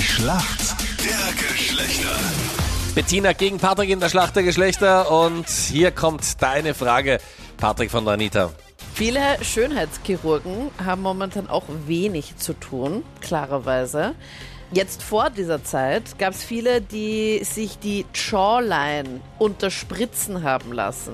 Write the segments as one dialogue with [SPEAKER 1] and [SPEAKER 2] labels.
[SPEAKER 1] Schlacht der Geschlechter.
[SPEAKER 2] Bettina gegen Patrick in der Schlacht der Geschlechter. Und hier kommt deine Frage, Patrick von der Anita.
[SPEAKER 3] Viele Schönheitschirurgen haben momentan auch wenig zu tun, klarerweise. Jetzt vor dieser Zeit gab es viele, die sich die Jawline unterspritzen haben lassen.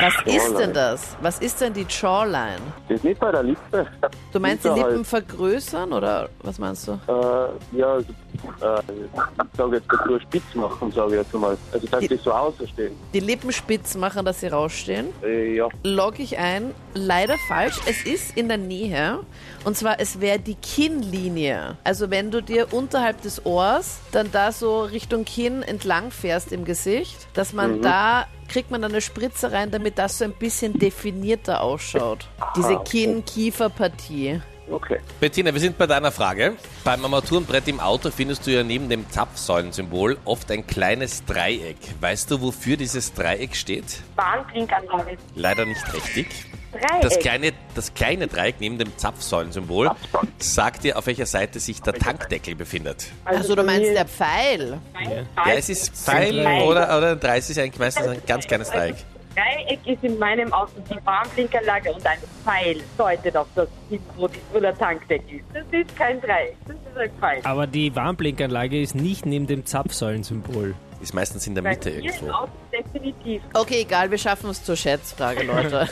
[SPEAKER 3] Was ist denn das? Was ist denn die Jawline?
[SPEAKER 4] Das ist nicht bei der Lippe.
[SPEAKER 3] Du meinst die
[SPEAKER 4] Hinterhalt.
[SPEAKER 3] Lippen vergrößern oder was meinst du?
[SPEAKER 4] Äh, ja, also, äh, ich sage jetzt dazu spitz machen, sage ich jetzt mal. Also, dass die so außerstehen.
[SPEAKER 3] Die Lippen spitz machen, dass sie rausstehen?
[SPEAKER 4] Äh, ja.
[SPEAKER 3] logge ich ein. Leider falsch. Es ist in der Nähe. Und zwar, es wäre die Kinnlinie. Also wenn du dir unterhalb des Ohrs dann da so Richtung Kinn entlang fährst im Gesicht, dass man da kriegt man dann eine Spritze rein, damit das so ein bisschen definierter ausschaut. Diese
[SPEAKER 4] okay.
[SPEAKER 3] Kinn-Kiefer-Partie.
[SPEAKER 4] Okay.
[SPEAKER 2] Bettina, wir sind bei deiner Frage. Beim Armaturenbrett im Auto findest du ja neben dem Zapfsäulensymbol oft ein kleines Dreieck. Weißt du, wofür dieses Dreieck steht?
[SPEAKER 5] Warnklinkanlage.
[SPEAKER 2] Leider nicht richtig.
[SPEAKER 5] Dreieck.
[SPEAKER 2] Das kleine, das kleine Dreieck neben dem Zapfsäulensymbol sagt dir, auf welcher Seite sich der Tankdeckel befindet.
[SPEAKER 3] Also du meinst der Pfeil?
[SPEAKER 5] Dreieck,
[SPEAKER 2] Ja, es ist Pfeil
[SPEAKER 5] Dreieck.
[SPEAKER 2] oder, oder ein Dreieck ist eigentlich meistens ein ganz kleines Dreieck.
[SPEAKER 5] Dreieck ist in meinem Auto die Warnklinkanlage und ein Pfeil deutet auf das hin, wo die- wo der Tankdeckel ist. Das ist kein Dreieck, das ist ein Pfeil.
[SPEAKER 2] Ah,
[SPEAKER 6] Aber die Warnblinkanlage ist nicht neben dem Zapfsäulensymbol.
[SPEAKER 2] Ist meistens in der
[SPEAKER 5] Bei
[SPEAKER 2] Mitte
[SPEAKER 5] mir im
[SPEAKER 2] irgendwo.
[SPEAKER 5] Auto definitiv.
[SPEAKER 3] Okay, egal, wir schaffen es zur Schätzfrage, Leute.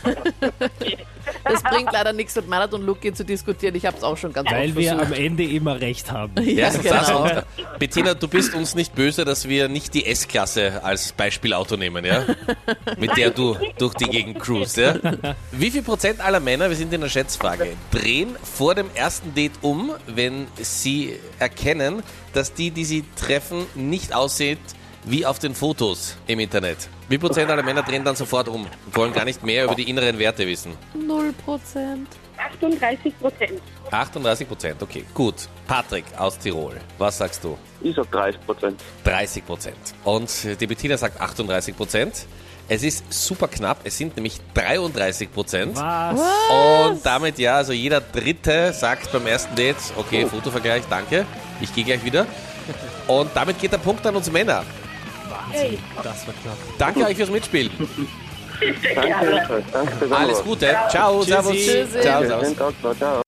[SPEAKER 3] Das bringt leider nichts mit Manat und Luki zu diskutieren. Ich habe es auch schon ganz oft
[SPEAKER 6] Weil wir
[SPEAKER 3] versucht.
[SPEAKER 6] am Ende immer recht haben.
[SPEAKER 2] Ja,
[SPEAKER 3] Ja,
[SPEAKER 2] ist das
[SPEAKER 3] genau.
[SPEAKER 2] und- Bettina, du bist uns nicht böse, dass wir nicht die S-Klasse als Beispielauto nehmen, ja? Mit der du durch die Gegend cruist, ja? Wie viel Prozent aller Männer, wir sind in der Schätzfrage, drehen vor dem ersten Date um, wenn sie erkennen, dass die, die sie treffen, nicht aussieht wie auf den Fotos im Internet? Wie viel Prozent aller Männer drehen dann sofort um und wollen gar nicht mehr über die inneren Werte wissen?
[SPEAKER 3] 0%.
[SPEAKER 5] 38 Prozent.
[SPEAKER 2] 38 Prozent, okay, gut. Patrick aus Tirol, was sagst du?
[SPEAKER 4] Ich sag 30 Prozent.
[SPEAKER 2] 30 Prozent. Und die Bettina sagt 38 Prozent. Es ist super knapp, es sind nämlich 33 Prozent.
[SPEAKER 6] Was?
[SPEAKER 2] Und damit ja, also jeder Dritte sagt beim ersten Date,
[SPEAKER 6] Oh.
[SPEAKER 2] okay, Fotovergleich, danke, ich gehe gleich wieder. Und damit geht der Punkt an uns Männer.
[SPEAKER 6] Wahnsinn. Das war knapp.
[SPEAKER 2] Danke euch fürs Mitspielen.
[SPEAKER 4] Danke, danke.
[SPEAKER 2] Alles also Gute. Ciao, servus.
[SPEAKER 6] Tschüssi.
[SPEAKER 2] Ciao,
[SPEAKER 4] Ciao,
[SPEAKER 2] servus.
[SPEAKER 4] Ciao, ciao.